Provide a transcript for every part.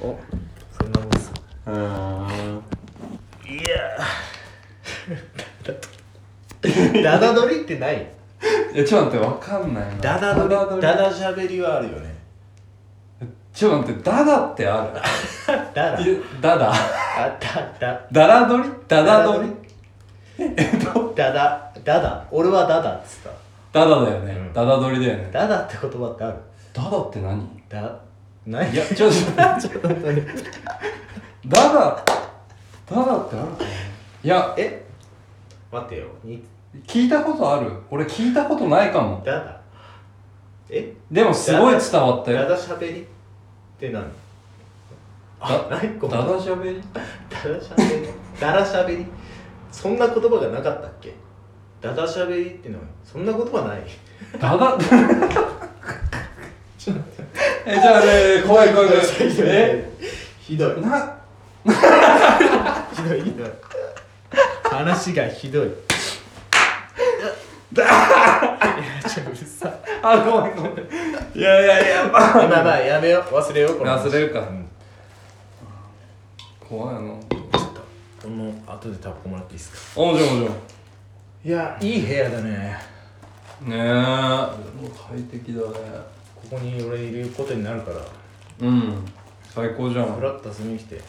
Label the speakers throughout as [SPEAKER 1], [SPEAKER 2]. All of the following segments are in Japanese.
[SPEAKER 1] おそんなもんです
[SPEAKER 2] あ
[SPEAKER 1] いやー ダダ取りってない
[SPEAKER 2] ーいやちょっと待ってわかんないな
[SPEAKER 1] ダダ取り
[SPEAKER 2] ダ
[SPEAKER 1] ダ
[SPEAKER 2] ダ
[SPEAKER 1] ダしゃべりはあるよね
[SPEAKER 2] ちょっと待ってダダってある
[SPEAKER 1] ダダ
[SPEAKER 2] いやダダ
[SPEAKER 1] あダダ
[SPEAKER 2] ダラドリダダドリ
[SPEAKER 1] ダダダダ俺はダダっつっ
[SPEAKER 2] ダダだよね、
[SPEAKER 1] うん
[SPEAKER 2] ダダドリだよね
[SPEAKER 1] たダダって言葉ってある
[SPEAKER 2] ダダって 何
[SPEAKER 1] だない
[SPEAKER 2] いやちょっとダ
[SPEAKER 1] ちょっと待って
[SPEAKER 2] ダダダってあるかないや
[SPEAKER 1] え待ってよに
[SPEAKER 2] 聞いたことある俺聞いたことないかも
[SPEAKER 1] ダダえ
[SPEAKER 2] でもすごい伝わった
[SPEAKER 1] ダ
[SPEAKER 2] よ
[SPEAKER 1] ダしゃべりって何あないごめん
[SPEAKER 2] ダダしゃべり
[SPEAKER 1] ダダしゃべりダダしゃべりそんな言葉がなかったっけダダしゃべりってのはそんな言葉ない
[SPEAKER 2] ダダ えじゃあね怖い怖 い怖いえ
[SPEAKER 1] ひどい
[SPEAKER 2] な
[SPEAKER 1] ひどいひどい話がひどいいやちょっとうるさい
[SPEAKER 2] あごめんごめんいやいやいや
[SPEAKER 1] まあまあやめよう忘れようこの話
[SPEAKER 2] 忘れるか
[SPEAKER 1] うん
[SPEAKER 2] 怖いなあも
[SPEAKER 1] ちょっとこの後でタバコもらっていいですか
[SPEAKER 2] ちろんもちろんね
[SPEAKER 1] いやいい部屋だね
[SPEAKER 2] えもう快適だね
[SPEAKER 1] ここに俺いることになるから
[SPEAKER 2] うん最高じゃ
[SPEAKER 1] フ
[SPEAKER 2] ん
[SPEAKER 1] ラッと遊びに来て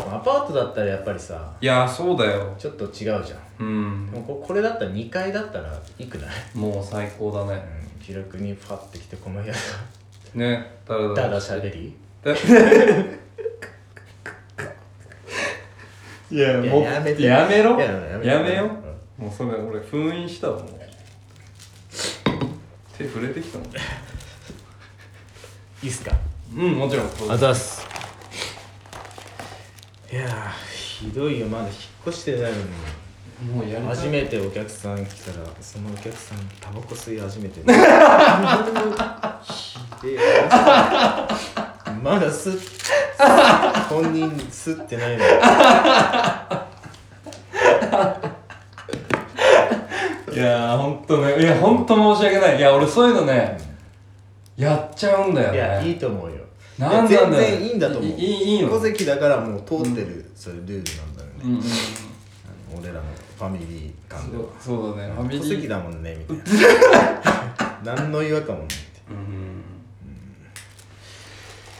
[SPEAKER 1] アパートだったらやっぱりさ
[SPEAKER 2] いやそうだよ
[SPEAKER 1] ちょっと違うじゃん
[SPEAKER 2] うん
[SPEAKER 1] でもここれだったら2階だったらいいくない、
[SPEAKER 2] もう最高だね
[SPEAKER 1] うん、気楽にパッて来てこの部屋
[SPEAKER 2] ねだら
[SPEAKER 1] だ
[SPEAKER 2] だ
[SPEAKER 1] だ
[SPEAKER 2] ら
[SPEAKER 1] だしゃべり
[SPEAKER 2] いや
[SPEAKER 1] いや
[SPEAKER 2] もう
[SPEAKER 1] や
[SPEAKER 2] や
[SPEAKER 1] め
[SPEAKER 2] め
[SPEAKER 1] て
[SPEAKER 2] ろ
[SPEAKER 1] いやや
[SPEAKER 2] や
[SPEAKER 1] め
[SPEAKER 2] め
[SPEAKER 1] て
[SPEAKER 2] よもうそれ俺封印したわもう手触れてきたもん
[SPEAKER 1] いいっすか
[SPEAKER 2] うんもちろんそう
[SPEAKER 1] ざすいやーひどいよまだ引っ越してないのに
[SPEAKER 2] もうやりたい
[SPEAKER 1] 初めてお客さん来たらそのお客さんタバコ吸い始めてるひでえまだ吸っ本人吸ってないのよ
[SPEAKER 2] いやーほんとねいやほんと申し訳ないいや俺そういうのねやっちゃうんだよ
[SPEAKER 1] い
[SPEAKER 2] ね
[SPEAKER 1] やいいと思うよ
[SPEAKER 2] なん
[SPEAKER 1] い
[SPEAKER 2] なんだ
[SPEAKER 1] や
[SPEAKER 2] ろう
[SPEAKER 1] 全然いいんだと思う
[SPEAKER 2] いいいいの
[SPEAKER 1] 戸籍だからもう通ってる、それルールなんだよね、
[SPEAKER 2] うんうんうん
[SPEAKER 1] あの俺らのファミリー感では
[SPEAKER 2] そうそうだねファミリー
[SPEAKER 1] 戸籍だもんねみたいな 何の違和感もないって
[SPEAKER 2] うんうん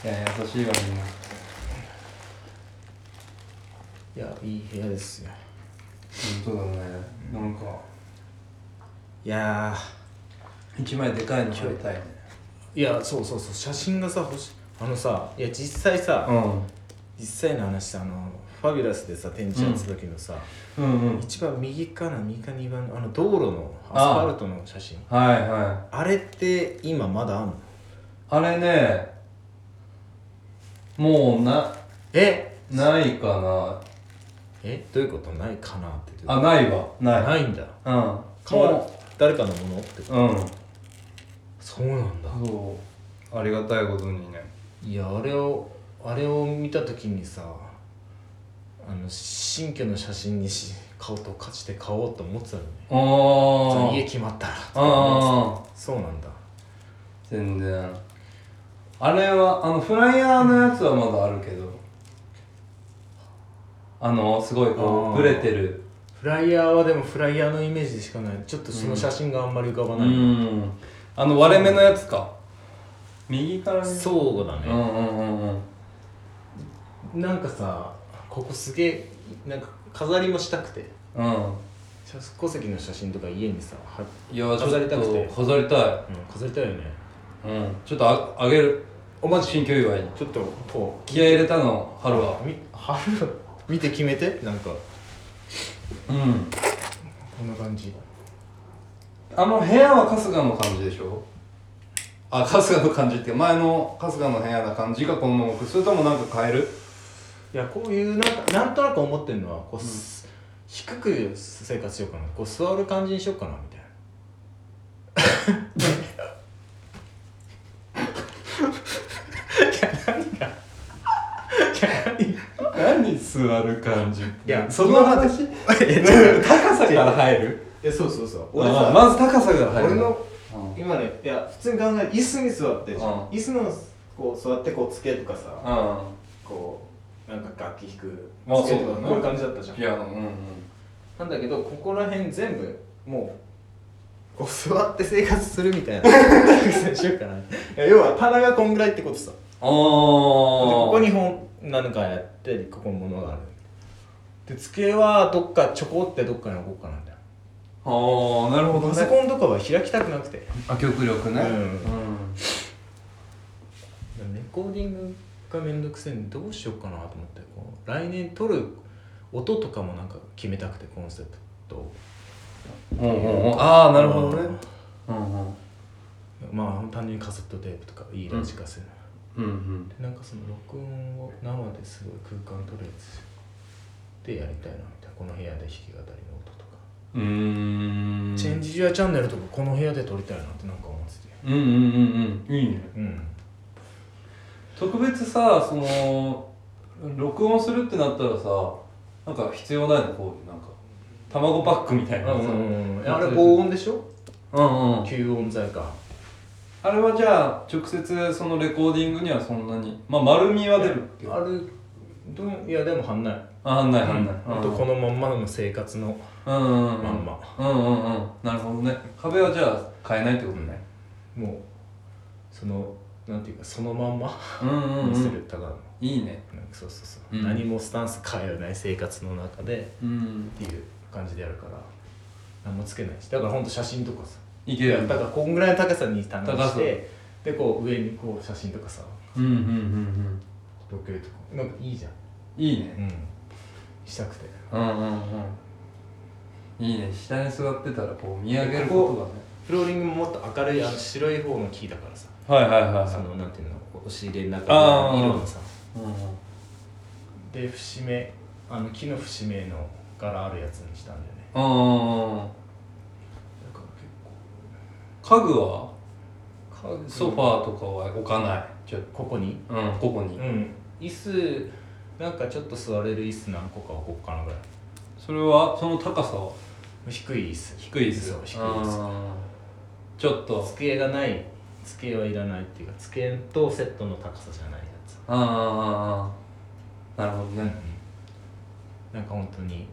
[SPEAKER 2] いや優しいわみんない
[SPEAKER 1] やいい部屋ですよ
[SPEAKER 2] ほんとだねなんか
[SPEAKER 1] いや
[SPEAKER 2] 一枚でかいの買いたいね
[SPEAKER 1] ーいやそうそうそう写真がさ欲しいあのさいや実際さ、
[SPEAKER 2] う
[SPEAKER 1] 実際の話さあのファビュラスでさ展示やってた時のさ、
[SPEAKER 2] んうんうん
[SPEAKER 1] 一番右から右か2番あの道路のアスファルトの写真
[SPEAKER 2] はいはい
[SPEAKER 1] あれって今まだあんの
[SPEAKER 2] あれねもうな
[SPEAKER 1] え
[SPEAKER 2] ないか
[SPEAKER 1] えどういうことないかなって
[SPEAKER 2] なあないわない
[SPEAKER 1] ないんだ
[SPEAKER 2] うん
[SPEAKER 1] 変わる
[SPEAKER 2] も
[SPEAKER 1] 誰かのものって
[SPEAKER 2] ううん
[SPEAKER 1] そうなんだ
[SPEAKER 2] そうありがたいことにね
[SPEAKER 1] いやあれをあれを見た時にさあの新居の写真にし顔と勝ちて買おうと思ってたのね
[SPEAKER 2] あ
[SPEAKER 1] その
[SPEAKER 2] あ
[SPEAKER 1] 家決まったらとか思って
[SPEAKER 2] ああ
[SPEAKER 1] たそうなんだ
[SPEAKER 2] 全然あれはあのフライヤーのやつはまだあるけどあのすごいこ
[SPEAKER 1] あー
[SPEAKER 2] うブレてる
[SPEAKER 1] フライヤーはでもフライヤーのイメージでしかないちょっとその写真があんまり浮かば
[SPEAKER 2] う
[SPEAKER 1] ない、
[SPEAKER 2] んあの割れ目のやつか右からね
[SPEAKER 1] そうだ
[SPEAKER 2] う
[SPEAKER 1] ね、
[SPEAKER 2] んうんうんうん
[SPEAKER 1] なんかさここすげえなんか飾りもしたくて
[SPEAKER 2] うん
[SPEAKER 1] 写戸籍の写真とか家にさは、
[SPEAKER 2] いやちょっと
[SPEAKER 1] 飾りたくて
[SPEAKER 2] 飾りたい
[SPEAKER 1] うん、飾りたいよね
[SPEAKER 2] うんちょっとああげる
[SPEAKER 1] おまじ
[SPEAKER 2] 新居祝いに
[SPEAKER 1] ちょっとこう
[SPEAKER 2] 気合い入れたの春は
[SPEAKER 1] み春見て決めてなんか
[SPEAKER 2] うん
[SPEAKER 1] こんな感じ
[SPEAKER 2] あの部屋は春日の感じでしょあ春日の感じっていうか前の春日の部屋な感じがこのまま置くそれともなんか変える
[SPEAKER 1] いやこういうなんかなんとなく思ってるのはこう、す低く生活しようかなこう座る感じにしようかなみたいな
[SPEAKER 2] 何座る感じい
[SPEAKER 1] や
[SPEAKER 2] その話 高さから入る
[SPEAKER 1] えそうそうそう
[SPEAKER 2] 俺さまず高さから入る
[SPEAKER 1] 俺の
[SPEAKER 2] うん
[SPEAKER 1] 今ねいや普通に考えて椅子に座って
[SPEAKER 2] うん
[SPEAKER 1] 椅子のこう座ってこう机とかさ
[SPEAKER 2] う
[SPEAKER 1] なんか楽器弾く
[SPEAKER 2] まあ
[SPEAKER 1] スケートと
[SPEAKER 2] そう
[SPEAKER 1] か
[SPEAKER 2] だね
[SPEAKER 1] こういう感じだったじゃん
[SPEAKER 2] ピアノうんうん
[SPEAKER 1] なんだけどここら辺全部もうこう座って生活するみたいな作戦しよう かないや要は棚がこんぐらいってことさで
[SPEAKER 2] ああ
[SPEAKER 1] こ
[SPEAKER 2] こ
[SPEAKER 1] こに本なんかやったりここに物があるで机はどっかちょこってどっかに置こうかなんだよ
[SPEAKER 2] ああなるほど
[SPEAKER 1] パソ
[SPEAKER 2] ね
[SPEAKER 1] コンとかは開きたくなくて
[SPEAKER 2] あ極力ね
[SPEAKER 1] うん
[SPEAKER 2] うん
[SPEAKER 1] レコーディングがめんどくせえんでどうしようかなと思ってこう来年撮る音とかもなんか決めたくてコンセプトを
[SPEAKER 2] うんうんうんああなるほどねうんうん
[SPEAKER 1] まあ単純にカセットテープとかいいラジカセ、
[SPEAKER 2] うんうん
[SPEAKER 1] でなんかその録音を生ですごい空間取るやつでやりたいなみたいなこの部屋で弾き語りの音とか、
[SPEAKER 2] うーん
[SPEAKER 1] チェンジジュアチャンネルとかこの部屋で撮りたいなってなんか思ってて
[SPEAKER 2] うんうんうんうんいいね
[SPEAKER 1] うん
[SPEAKER 2] 特別さその録音するってなったらさなんか必要ないのこういうなんか卵パックみたいなさうん
[SPEAKER 1] うんあれ防音でしょ
[SPEAKER 2] うん
[SPEAKER 1] 吸音材か
[SPEAKER 2] あれはじゃあ直接そのレコーディングにはそんなにまあ丸みは出るっていう
[SPEAKER 1] あれどういやでもはんない
[SPEAKER 2] あはんないは
[SPEAKER 1] うんん
[SPEAKER 2] ない
[SPEAKER 1] ほんとこのまんまの生活の
[SPEAKER 2] うんうんうん
[SPEAKER 1] まんま
[SPEAKER 2] うんうんうんなるほどね壁はじゃあ変えないってことね
[SPEAKER 1] もうそのなんていうかそのまんま
[SPEAKER 2] うんうん
[SPEAKER 1] に
[SPEAKER 2] う
[SPEAKER 1] す
[SPEAKER 2] ん
[SPEAKER 1] るただの
[SPEAKER 2] いいね
[SPEAKER 1] なんかそうそうそう、
[SPEAKER 2] うん
[SPEAKER 1] 何もスタンス変えられない生活の中で
[SPEAKER 2] うん
[SPEAKER 1] っていう感じでやるから何もつけないしだからほんと写真とかさ
[SPEAKER 2] いける
[SPEAKER 1] だからこんぐらいの高さに棚に
[SPEAKER 2] 高
[SPEAKER 1] し
[SPEAKER 2] さ
[SPEAKER 1] てでこう上にこう写真とかさ
[SPEAKER 2] うんうんうんうん
[SPEAKER 1] 時計とかなんかいいじゃん
[SPEAKER 2] いいね
[SPEAKER 1] うんしたくて
[SPEAKER 2] うんうんうんいいね下に座ってたらこう見上げることがね
[SPEAKER 1] フローリングももっと明るいあの白い方の木だからさ
[SPEAKER 2] はいはいはい
[SPEAKER 1] そのなんていうのお尻入れの中
[SPEAKER 2] あー
[SPEAKER 1] の色のさ
[SPEAKER 2] う
[SPEAKER 1] で節目あの木の節目の柄あるやつにしたんだよね
[SPEAKER 2] んうんうん
[SPEAKER 1] だから結
[SPEAKER 2] 家具は
[SPEAKER 1] 構家具
[SPEAKER 2] ソファーとかは置かないちょ
[SPEAKER 1] ここに
[SPEAKER 2] うんここ
[SPEAKER 1] う
[SPEAKER 2] に
[SPEAKER 1] ん椅子なんかちょっと座れる椅子何個か置こうかなぐらい
[SPEAKER 2] それはその高さは
[SPEAKER 1] 低い椅子
[SPEAKER 2] 低いです
[SPEAKER 1] そ
[SPEAKER 2] よ
[SPEAKER 1] う低い椅子
[SPEAKER 2] ちょっと
[SPEAKER 1] 机がない机はいらないっていうか机とセットの高さじゃないやつ
[SPEAKER 2] ああなるほどね
[SPEAKER 1] なんか本当に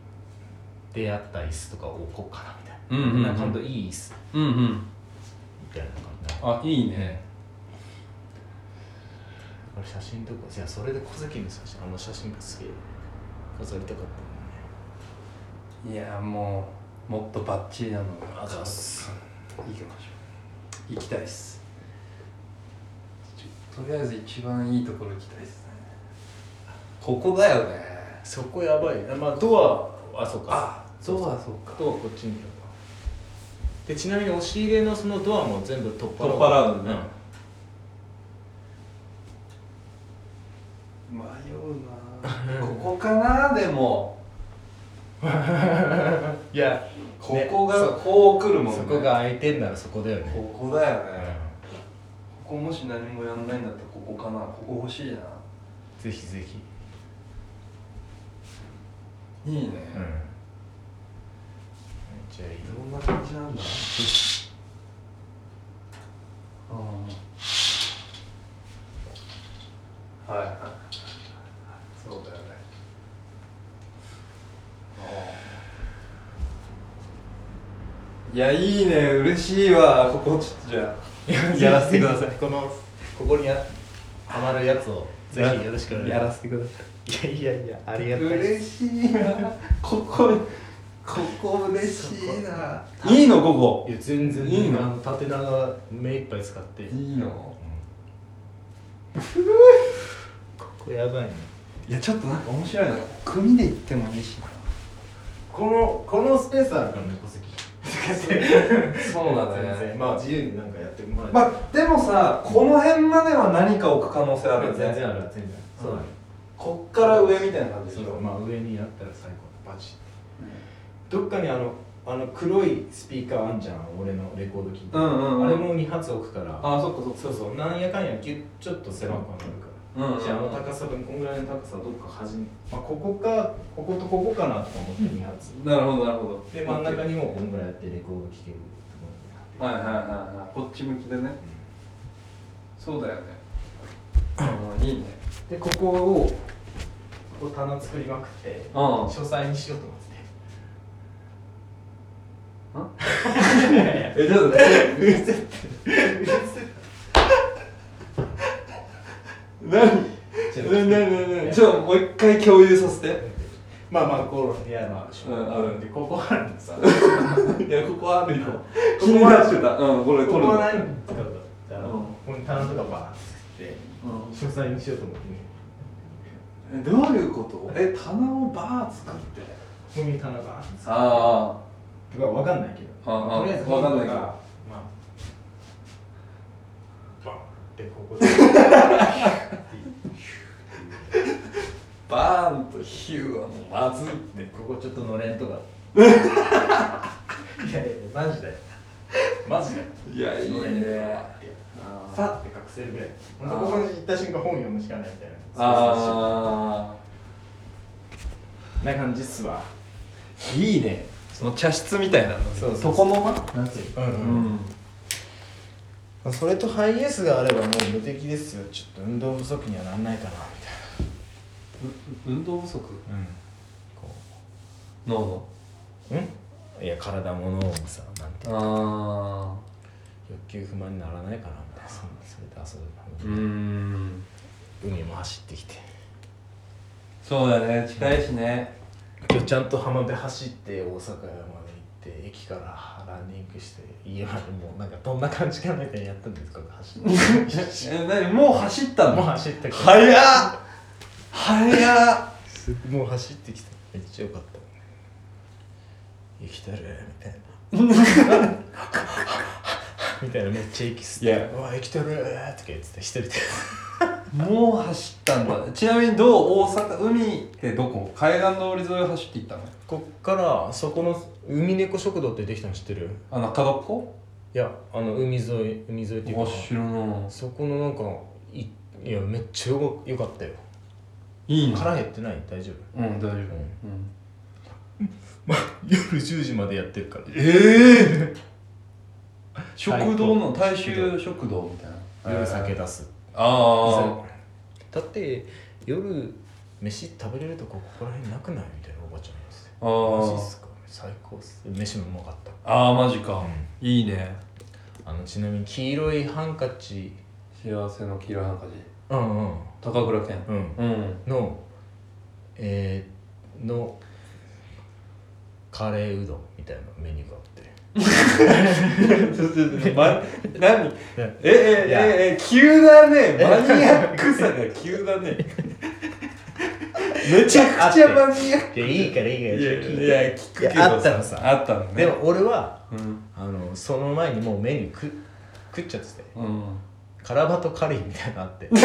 [SPEAKER 1] 出会った椅子とかを置こうかなみたい
[SPEAKER 2] うん
[SPEAKER 1] な、な
[SPEAKER 2] うんうん
[SPEAKER 1] んか本当いい椅子
[SPEAKER 2] うんうん
[SPEAKER 1] みたいな感じだか
[SPEAKER 2] あいいね
[SPEAKER 1] ら写真とかいやそれで小関の写真あの写真がすげえ飾りたかった
[SPEAKER 2] いやもうもっとバッチリなのが
[SPEAKER 1] もんね
[SPEAKER 2] 行きましょう行きたいっすちょとりあえず一番いいところ行きたいっすねここだよね
[SPEAKER 1] そこやばいあまあドアあそうか
[SPEAKER 2] あそうだそうか
[SPEAKER 1] ドアこっちにやるわでちなみに押し入れのそのドアも全部取っ払う
[SPEAKER 2] 取っ払うのね
[SPEAKER 1] ん
[SPEAKER 2] 迷うな ここかなでも
[SPEAKER 1] いや
[SPEAKER 2] こ
[SPEAKER 1] ね
[SPEAKER 2] こが
[SPEAKER 1] そ
[SPEAKER 2] こう来るもんね
[SPEAKER 1] そこが空いてんならそこだよね
[SPEAKER 2] ここだよね
[SPEAKER 1] う
[SPEAKER 2] ここもし何もやんないんだったらここかなここ欲しいなん
[SPEAKER 1] ぜひぜひ
[SPEAKER 2] いいね
[SPEAKER 1] うんめっちゃいい
[SPEAKER 2] どんな感じなんだうんはいはいそうだよねうんいやいいね嬉しいわここちょっとじゃあやらせてください
[SPEAKER 1] このここにあはまるやつをぜひよろしくお願い
[SPEAKER 2] や
[SPEAKER 1] し
[SPEAKER 2] ら
[SPEAKER 1] ます
[SPEAKER 2] せてください
[SPEAKER 1] いやいやいやありがたい
[SPEAKER 2] 嬉
[SPEAKER 1] です
[SPEAKER 2] しいなここここ嬉しいな
[SPEAKER 1] そこ
[SPEAKER 2] いいのここ
[SPEAKER 1] いや全然
[SPEAKER 2] いいの
[SPEAKER 1] あの縦長目いっぱい使って
[SPEAKER 2] いいの
[SPEAKER 1] ここやばいね
[SPEAKER 2] いやちょっとなんか面白いな組で行ってもいいしな
[SPEAKER 1] このこのスペースあるから猫席
[SPEAKER 2] そう
[SPEAKER 1] 全然まあ自由になんかやってもらえ
[SPEAKER 2] まあでもさこの辺までは何か置く可能性あるよね
[SPEAKER 1] 全然ある全然
[SPEAKER 2] そ
[SPEAKER 1] そうう
[SPEAKER 2] だ
[SPEAKER 1] だ
[SPEAKER 2] ね
[SPEAKER 1] ね
[SPEAKER 2] こっから上みたいな感じ
[SPEAKER 1] そ
[SPEAKER 2] でしょ
[SPEAKER 1] うまあ上にやったら最高バチどっかにあのあの黒いスピーカーあんじゃん俺のレコード聞いて、
[SPEAKER 2] うんうんうん
[SPEAKER 1] あれも2発置くから
[SPEAKER 2] ああそっかそっか
[SPEAKER 1] そうそうなんやかんやぎゅっちょっと狭くはなるから、
[SPEAKER 2] うんうんうん
[SPEAKER 1] じゃああの高さ分こんぐらいの高さどっか端に、まあ、ここかこことここかなとか思って2発、
[SPEAKER 2] なるほどなるほど
[SPEAKER 1] で真ん中にもこんぐらいやってレコード聴けるところにあって
[SPEAKER 2] はいはいはいはいこっち向きでねそうだよねあーいいね
[SPEAKER 1] でここを
[SPEAKER 3] を棚作りまくって
[SPEAKER 2] あ
[SPEAKER 3] 書斎にしようと思ってて
[SPEAKER 2] あ えちょっと待って何
[SPEAKER 3] ちょっと
[SPEAKER 2] 何何何ちょっともう一回共有させて
[SPEAKER 3] まあまあこういやまあしょうがない
[SPEAKER 2] うん
[SPEAKER 3] でここあるんでさ こ
[SPEAKER 2] いやここはあるよ
[SPEAKER 3] こ
[SPEAKER 2] 気にな
[SPEAKER 3] は
[SPEAKER 2] ってたうんこれ
[SPEAKER 3] こ
[SPEAKER 2] 取る
[SPEAKER 3] こ
[SPEAKER 2] の
[SPEAKER 3] はないの使うから
[SPEAKER 2] うん
[SPEAKER 3] ここに棚とかバーンって
[SPEAKER 2] うん
[SPEAKER 3] 書斎にしようと思ってね
[SPEAKER 2] えどういうことえ棚をバー作って
[SPEAKER 3] ここに棚バーンってさ
[SPEAKER 2] あ
[SPEAKER 3] わかんないけど
[SPEAKER 2] あああ
[SPEAKER 3] とりあえず
[SPEAKER 2] わかんないけど
[SPEAKER 3] まあバーンってこ こでヒューっていう
[SPEAKER 2] バーンとヒューはもうまずいって
[SPEAKER 3] ここちょっとのれん とかいやいやマジでマジで
[SPEAKER 2] いやいい
[SPEAKER 3] のれんと
[SPEAKER 2] ね
[SPEAKER 3] かって
[SPEAKER 2] あー
[SPEAKER 3] さって隠せるぐらいほんとここに行った瞬間本読むしかないみたいなそ
[SPEAKER 2] あ
[SPEAKER 3] うそうそうな感じっすわ
[SPEAKER 2] ーいいねその茶室みたいなの
[SPEAKER 3] そうそう
[SPEAKER 2] 床の間
[SPEAKER 3] なんていう
[SPEAKER 2] うんん
[SPEAKER 3] それとハイエースがあればもう無敵ですよちょっと運動不足にはなんないかなみ
[SPEAKER 2] 運動不足
[SPEAKER 3] たいなうんこ
[SPEAKER 2] 脳の
[SPEAKER 3] うんいや体も脳もさなんて
[SPEAKER 2] あ
[SPEAKER 3] 欲求不満にならないかなみたいなそんなそれで遊
[SPEAKER 2] ーう
[SPEAKER 3] ぶ、
[SPEAKER 2] ん
[SPEAKER 3] 海も走ってきて
[SPEAKER 2] そうだね近いしね
[SPEAKER 3] 今日ちゃんと浜辺走って大阪まで行って駅からランニングして家までもうなんかどんな感じかみたいにやったんですか走って
[SPEAKER 2] え何もう走った
[SPEAKER 3] もう
[SPEAKER 2] の
[SPEAKER 3] 走ってきた
[SPEAKER 2] 早っ早っ
[SPEAKER 3] もう走ってきためっちゃよかった生きてるみたいなみたいなめっちゃ息吸
[SPEAKER 2] い
[SPEAKER 3] っ
[SPEAKER 2] や
[SPEAKER 3] て「うわ生きてる!」とか言ってた一人で
[SPEAKER 2] もう走ったんだちなみにどう大阪海ってどこ海岸通り沿いを走っていったの
[SPEAKER 1] こっからそこの海猫食堂ってできたの知ってる
[SPEAKER 2] あ中どこ
[SPEAKER 1] いやあの海沿い海沿いっていうか
[SPEAKER 2] 知らない
[SPEAKER 1] そこのなんかいいやめっちゃよよかったよ
[SPEAKER 2] いいの
[SPEAKER 1] 腹減ってない大丈夫
[SPEAKER 2] うん大丈夫、うん
[SPEAKER 1] まあ夜10時までやってるから
[SPEAKER 2] ええ食堂の大衆食堂みたいな
[SPEAKER 1] 夜酒出す
[SPEAKER 2] あ
[SPEAKER 1] だって夜飯食べれるとこここら辺なくないみたいなおばちゃん言ってて
[SPEAKER 2] あー
[SPEAKER 1] マジっすか最高っす飯もうまかった
[SPEAKER 2] あああマジか、いいね
[SPEAKER 1] あのちなみに黄色いハンカチ
[SPEAKER 2] 幸せの黄色いハンカチ
[SPEAKER 1] うんうん
[SPEAKER 2] 高倉健
[SPEAKER 1] うん
[SPEAKER 2] うん
[SPEAKER 1] のえー、のカレーうどんみたいなメニューがあって
[SPEAKER 2] ま、何ええ
[SPEAKER 1] いや
[SPEAKER 2] ええ急だねマニアックさが急だねめちゃくちゃマニアック
[SPEAKER 1] いやいいからいい
[SPEAKER 2] い
[SPEAKER 1] か
[SPEAKER 2] や
[SPEAKER 1] ら
[SPEAKER 2] い
[SPEAKER 1] 聞いて
[SPEAKER 2] や聞くけど
[SPEAKER 1] いやあったのさ
[SPEAKER 2] あったのね
[SPEAKER 1] でも俺は
[SPEAKER 2] うん
[SPEAKER 1] あのその前にもうメニュー食食っちゃってて
[SPEAKER 2] うん
[SPEAKER 1] カラバトカリーみたいなのあって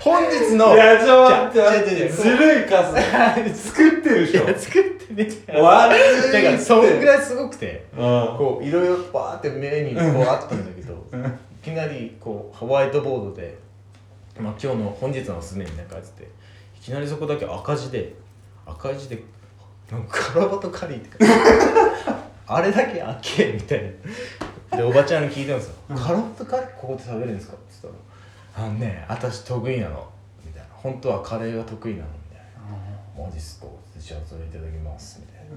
[SPEAKER 1] 本日の
[SPEAKER 2] いやちょっと待って
[SPEAKER 1] じゃあ
[SPEAKER 2] 待っ
[SPEAKER 1] じゃあ
[SPEAKER 2] て
[SPEAKER 1] じゃあ
[SPEAKER 2] ずるいかそれ作ってるでしょ
[SPEAKER 1] いや作ってね
[SPEAKER 2] 悪い
[SPEAKER 1] だからそんぐらいすごくて
[SPEAKER 2] うん
[SPEAKER 1] こういろいろバーってメニューこうあったんだけどいきなりこうホワイトボードで「まあ、今日の本日のおすすめ」みたいな感じでいきなりそこだけ赤字で赤字で「なんかカラバトカリー」って書いて あるあれだけ開けみたいなでおばちゃんに聞いたんですよ「カラバトカリーここで食べるんですか?」って言ったら「あのね私得意なの」みたいな「本当はカレーが得意なの」みたいな「マジっすか?」じゃあそれいただきます」みたいな。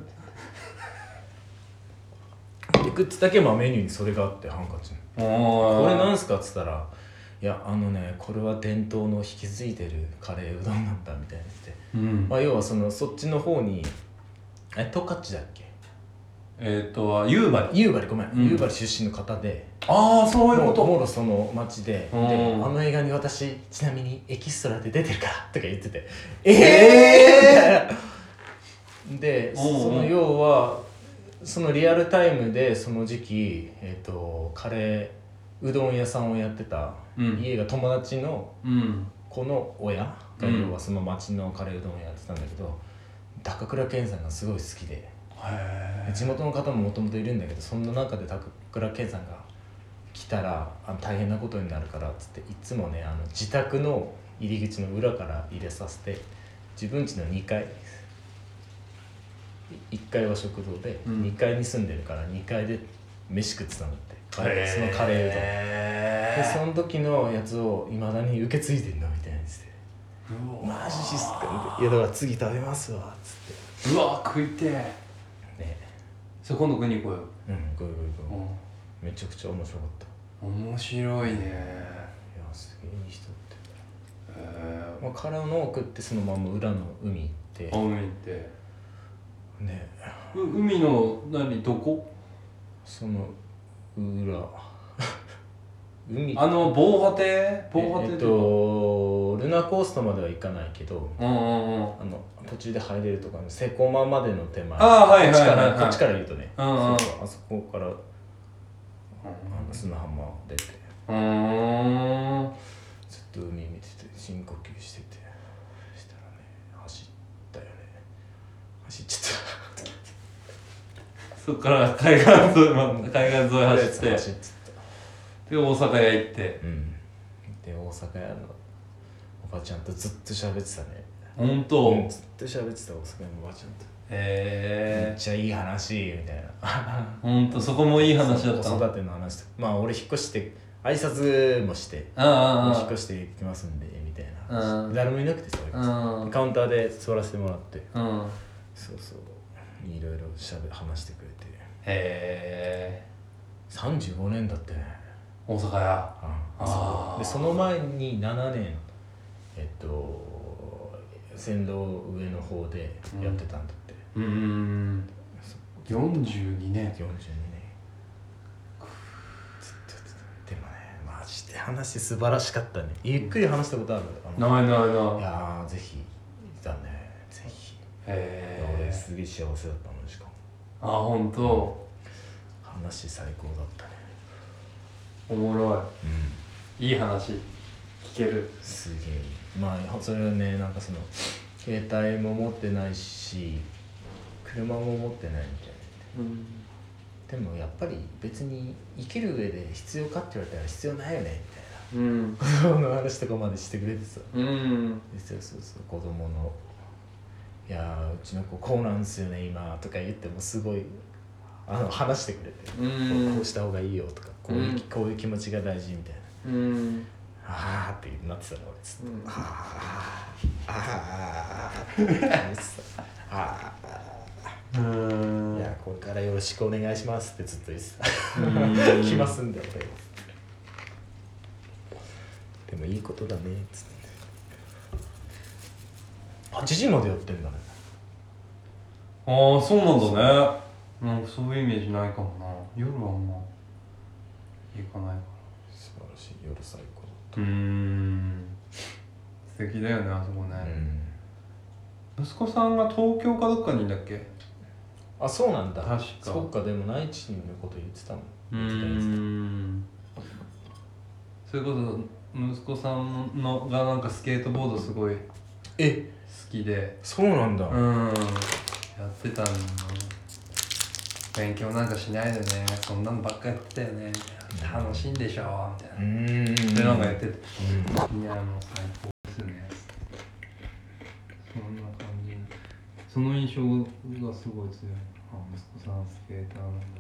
[SPEAKER 1] でグッズだけまあメニューにそれがあってハンカチの
[SPEAKER 2] お
[SPEAKER 1] こ
[SPEAKER 2] ー
[SPEAKER 1] れなんすかっつったら「いやあのねこれは伝統の引き継いでるカレーうどんなんだ」みたいに言って、
[SPEAKER 2] うん
[SPEAKER 1] まあ、要はそのそっちの方にえトカチだっけ
[SPEAKER 2] えっ、ー、とあ夕張
[SPEAKER 1] 夕張ごめん、
[SPEAKER 2] うん
[SPEAKER 1] 夕張出身の方で
[SPEAKER 2] ああそういう
[SPEAKER 1] も
[SPEAKER 2] こ
[SPEAKER 1] う
[SPEAKER 2] と
[SPEAKER 1] もろその町でで「あ
[SPEAKER 2] うん
[SPEAKER 1] の映画に私ちなみにエキストラで出てるから」とか言ってて「え
[SPEAKER 2] え
[SPEAKER 1] えー!」で
[SPEAKER 2] うんうん
[SPEAKER 1] その要はそのリアルタイムでその時期、えー、とカレーうどん屋さんをやってた、
[SPEAKER 2] うん
[SPEAKER 1] 家が友達の
[SPEAKER 2] うん
[SPEAKER 1] 子の親が
[SPEAKER 2] うん
[SPEAKER 1] 要はその町のカレーうどんをやってたんだけど、高倉健さんがすごい好きで。
[SPEAKER 2] へ
[SPEAKER 1] 地元の方ももともといるんだけどそんな中で高倉健さんが来たらあの大変なことになるからっつっていつもねあの自宅の入り口の裏から入れさせて自分家の2階1階は食堂で、
[SPEAKER 2] うん
[SPEAKER 1] 2階に住んでるから2階で飯食ってたのってその
[SPEAKER 2] え
[SPEAKER 1] カレーうどんで
[SPEAKER 2] へ
[SPEAKER 1] その時のやつをいまだに受け継いでんのみたいにして
[SPEAKER 2] うわ
[SPEAKER 1] マジっすかみたいないやだから次食べますわっつっ
[SPEAKER 2] うわ食いてえ
[SPEAKER 1] てね
[SPEAKER 2] それ今度食いに行こうよ、
[SPEAKER 1] うんごいごいごいめちゃくちゃ面白かった
[SPEAKER 2] うん、面白いね
[SPEAKER 1] いやすげえいい人って、
[SPEAKER 2] え
[SPEAKER 1] まあ、殻の奥ってそのまま裏の海行って
[SPEAKER 2] ー、海って
[SPEAKER 1] ね
[SPEAKER 2] う海の何どこ
[SPEAKER 1] その裏 海
[SPEAKER 2] あの防波堤防波
[SPEAKER 1] ええっ
[SPEAKER 2] 堤いうか
[SPEAKER 1] とルナコーストまでは行かないけど
[SPEAKER 2] うんうんうん
[SPEAKER 1] あの途中で入れるとかのセコマまでの手前
[SPEAKER 2] ああはい
[SPEAKER 1] こっ
[SPEAKER 2] は
[SPEAKER 1] ち
[SPEAKER 2] い
[SPEAKER 1] か
[SPEAKER 2] はい、
[SPEAKER 1] ら
[SPEAKER 2] はい、
[SPEAKER 1] こっちから言うとね
[SPEAKER 2] うんうん
[SPEAKER 1] そうそうあそこからあの砂浜を出て
[SPEAKER 2] うーん
[SPEAKER 1] ずっと海見てて深呼吸しててしたらね走ったよね走っち
[SPEAKER 2] そっから海岸沿い、ま
[SPEAKER 1] うん
[SPEAKER 2] 海岸沿い
[SPEAKER 1] ゃった
[SPEAKER 2] 走って
[SPEAKER 1] 走っちゃっ
[SPEAKER 2] で大阪屋行って
[SPEAKER 1] たうんで大阪屋のおばちゃんとずっと喋ってたね
[SPEAKER 2] 本当、
[SPEAKER 1] うんずっと喋ってた大阪屋のおばちゃんとめっ
[SPEAKER 2] へえ
[SPEAKER 1] ちゃいい話みたいな
[SPEAKER 2] 本当そこもいい話だった
[SPEAKER 1] 子
[SPEAKER 2] の
[SPEAKER 1] 育ての話とかまあ俺引っ越して挨拶もして
[SPEAKER 2] あ
[SPEAKER 1] 引
[SPEAKER 2] あ
[SPEAKER 1] っ越してきますんでみたいな
[SPEAKER 2] う
[SPEAKER 1] 話
[SPEAKER 2] ん
[SPEAKER 1] 誰もいなくてさ
[SPEAKER 2] ああ
[SPEAKER 1] カウンターで座らせてもらって
[SPEAKER 2] うんうん
[SPEAKER 1] そうそういろいろしゃべ話してくれて
[SPEAKER 2] へえ
[SPEAKER 1] 35年だってね、
[SPEAKER 2] 大阪屋あー
[SPEAKER 1] でその前に7年えっと船頭上の方でやってたんだって、
[SPEAKER 2] うーん42
[SPEAKER 1] 42
[SPEAKER 2] 年
[SPEAKER 1] 年ずっとやってたでもねマジで話素晴らしかったねゆっくり話したことあるあの
[SPEAKER 2] ないないない
[SPEAKER 1] いやーぜひだねぜひ、
[SPEAKER 2] へ
[SPEAKER 1] いや俺
[SPEAKER 2] え
[SPEAKER 1] すげえ幸せだったのしかも
[SPEAKER 2] あ本当
[SPEAKER 1] 話最高だったね
[SPEAKER 2] おもろ
[SPEAKER 1] うん
[SPEAKER 2] いいい話聞ける
[SPEAKER 1] すげえまあそれはねなんかその携帯も持ってないし車も持ってないみたい
[SPEAKER 2] うん
[SPEAKER 1] なでもやっぱり別に生きる上で必要かって言われたら必要ないよねみ
[SPEAKER 2] うん
[SPEAKER 1] たいな子供の話とかまでしてくれてさ
[SPEAKER 2] うん
[SPEAKER 1] でそうそうそう子供の「いやーうちの子こうなんですよね今」とか言ってもすごいあの話してくれて、
[SPEAKER 2] うん
[SPEAKER 1] こうした方がいいよとかこういう,、
[SPEAKER 2] うん
[SPEAKER 1] こういう気持ちが大事みたいな
[SPEAKER 2] うん
[SPEAKER 1] あーってなってたの俺ずっと、
[SPEAKER 2] うん
[SPEAKER 1] あーあーあーってなってたあ
[SPEAKER 2] うん
[SPEAKER 1] ーいやこれからよろしくお願いしますってずっと言って
[SPEAKER 2] う
[SPEAKER 1] た
[SPEAKER 2] ん
[SPEAKER 1] 来ますんで俺でもいいことだねっつって8時までやってんだね
[SPEAKER 2] ああそうなんだねなんかそういうイメージないかもな夜はあんま行かないか
[SPEAKER 1] 素晴らしい夜最高
[SPEAKER 2] らうん素敵だよねあそこ
[SPEAKER 1] だ
[SPEAKER 2] ね、
[SPEAKER 1] ん
[SPEAKER 2] 息子さんが東京かどっかにいんだっけ
[SPEAKER 1] あそうなんだ
[SPEAKER 2] 確か
[SPEAKER 1] そうかでも内地のこと言ってたもん
[SPEAKER 2] う
[SPEAKER 1] 言
[SPEAKER 2] ー
[SPEAKER 1] ってた言って
[SPEAKER 2] んそれこそ息子さんのがなんかスケートボードすごい好
[SPEAKER 1] たえ
[SPEAKER 2] きで
[SPEAKER 1] そうなんだ、
[SPEAKER 2] うーんやってたんだ勉強なんかしないでねそんなのばっかやってたよね楽しいんでしょみたいな、
[SPEAKER 1] ん
[SPEAKER 2] でなんかやって
[SPEAKER 1] う
[SPEAKER 2] て
[SPEAKER 1] ん
[SPEAKER 2] いやもう最高ですねそんな感じその印象がすごい強いあ息子さんスケーターなんだ